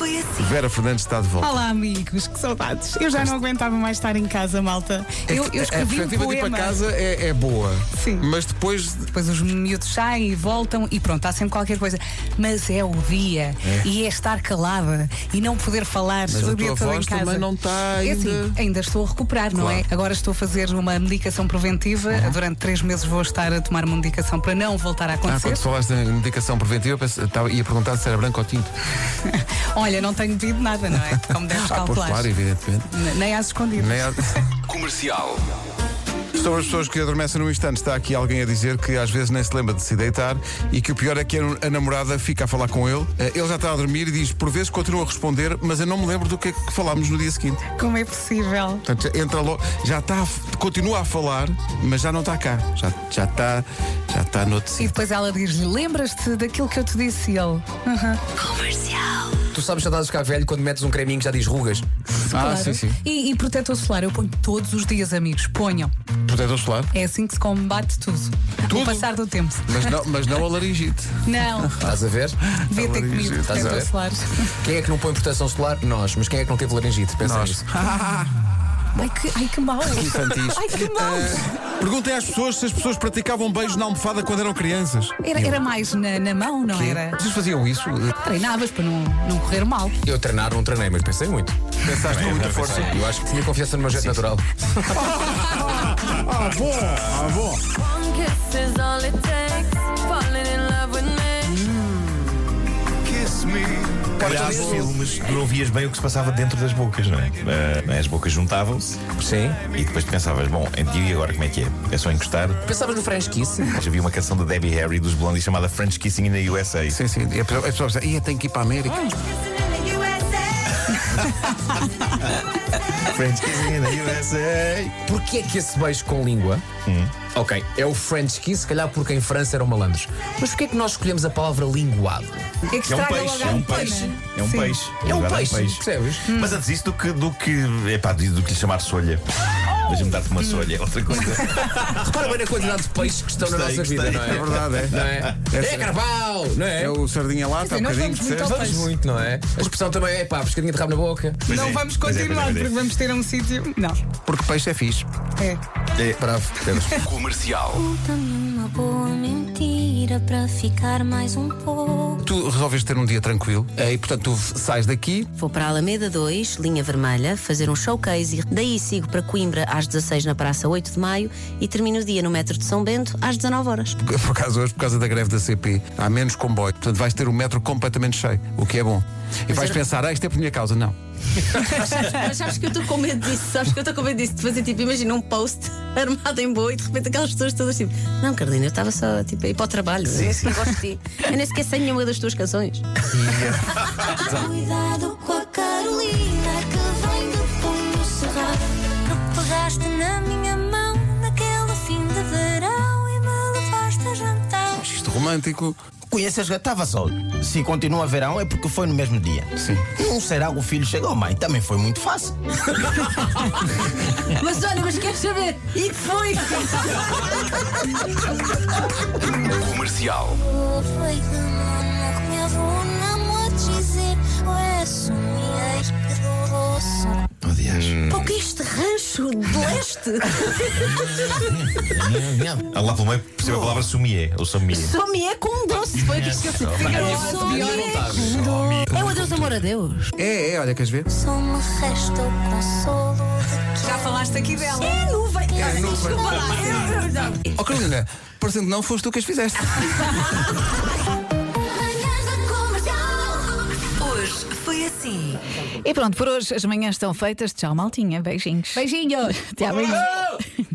assim. Vera Fernandes está de volta. Olá, amigos, que saudades. Eu já não aguentava mais estar em casa, malta. Eu, eu a escrevi um perspectiva de ir para poema. casa é, é boa. Sim. Mas depois. Depois os miúdos saem e voltam e pronto, há sempre qualquer coisa. Mas é o dia e é estar calada e não poder falar Mas a o dia tua todo voz em casa. também não está É assim, ainda- ainda estou a recuperar, não é? Claro. Uhum. Agora estou a fazer uma medicação preventiva. Durante três meses vou estar a tomar uma medicação para não voltar a Ah, acontecer. quando falaste em medicação preventiva, eu pensei- estava- ia perguntar se era branco ou tinto. Olha, não tenho bebido nada, não é? Como deves Ah, pois calcular. claro, evidentemente. N- Nem às escondidas. Nem há- Comercial. Sobre as pessoas que adormecem num instante, está aqui alguém a dizer que às vezes nem se lembra de se deitar e que o pior é que a namorada fica a falar com ele, eh, ele já está a dormir e diz, por vezes continua a responder, mas eu não me lembro do que é que falámos no dia seguinte. Como é possível? Portanto, entra logo, já está, a f- continua a falar, mas já não está cá, já, já está, já está noutro E sítio. depois ela diz-lhe: Lembras-te daquilo que eu te disse? E ele: Ah, "Aham." Tu sabes que já estás a ficar velho quando metes um creminho que já diz rugas. Claro. E, e protetor solar, eu ponho todos os dias, amigos. Ponham. Protetor solar. É assim que se combate tudo. Tudo? O passar do tempo. Mas não, mas não a laringite. Não, Estás a ver? devia ter Laringite, comido estás a protetor ver? solar. Quem é que não põe proteção solar? Nós. Mas quem é que não teve laringite? Pensa nisso. Ai que, ai, que mau. Infantis. Ai, que mau. eh, Perguntem às pessoas se as pessoas praticavam beijos na almofada quando eram crianças. Era, era mais na, na mão, não era? Vocês faziam isso? Treinavas para não, não correr mal. É Eu treinar não treinei, mas pensei muito. Pensaste muito a força. Eu acho que tinha confiança no meu jeito natural. Ah, bom, ah, bom. One kiss is all it takes. Falling in love with me. Aliás, filmes, tu não vias bem o que se passava dentro das bocas, não é? Ah, as bocas juntavam-se Sim. e depois tu pensavas, bom, então e agora como é que é? É só encostar? Pensavas no French Kiss? Já havia uma canção da Debbie Harry dos Blondie chamada French Kissing in the USA. Sim, sim. E a pessoa, a pessoa pensa, "Ih, eu tenho que ir para a América. French Kissing in the USA. Porquê é que esse beijo com língua? Ok, é o French Kiss, se calhar porque em França eram malandros. Mas porquê é que nós escolhemos a palavra linguado? É que É um estraga peixe, logo é a Hum. um antena. peixe. É um Sim. peixe. É um Agora peixe, percebes? Mas antes disso do que, do que, epá, do que lhe chamar solha. Deixa-me dar-te uma solha, é outra coisa. Repara bem na quantidade de peixes que estão na Gostei, nossa vida, gostei. não é? É verdade, é. Não é? É carvalho, não é? É o sardinha lá, está um nós bocadinho. vamos muito percebes? ao Vamos muito, não é? A expressão também é pá, pescadinha de rabo na boca. Pois Não é, vamos pois é, pois é, continuar, pois é. porque vamos ter um sítio. Não. Porque peixe é fixe. É. Bravo. Comercial. Conta-me uma boa mentira para ficar mais um pouco. Tu resolves ter um dia tranquilo eh, e, portanto, tu v- sais daqui. Vou para a Alameda 2, linha vermelha, fazer um showcase e daí sigo para Coimbra às 16 na Praça 8 de Maio e termino o dia no metro de São Bento às 19 horas. porque, Por acaso hoje, por causa da greve da CP, há menos comboio. Portanto, vais ter o metro completamente cheio, o que é bom. E vais pensar, ah, isto é por minha causa. Não. Mas sabes que eu estou com medo disso, sabes que eu estou com medo disso, de fazer tipo, imagina um post armado em boi e de repente aquelas pessoas todas tipo, não Carolina, eu estava só tipo, a ir para o trabalho, eu não gosto de ti. Eu nem sequer sei nenhuma das tuas canções. Cuidado com a Carolina que vem do punho cerrado. Que pegaste na minha mão naquele fim de verão e me levaste a jantar. Isto romântico. Conhece as gatas sol. Se continua verão é porque foi no mesmo dia. Sim. Não será que o filho chegou, mãe? Também foi muito fácil. É. Mas olha, mas queres saber? E que foi? Comercial. Ou foi de mano que me avô namorou dizer? Ou é sumir que durou só? Pô, que é este rancho de leste? Ah, Lá pelo meio percebeu a palavra somier, ou somier. Só me é com um doce, foi o que assim, esqueci. Só me é com doce. É o adeus, amor a Deus. É, é, olha, queres ver? Só me resta o consolo de que Já falaste aqui dela. É nuvem. É nuvem. Ó Oh, Carolina, parecendo que não foste tu que as fizeste. Manhãs da comercial. assim. E pronto, por hoje as manhãs estão feitas. Tchau, maltinha. Beijinhos. Beijinhos. Tchau, beijinhos.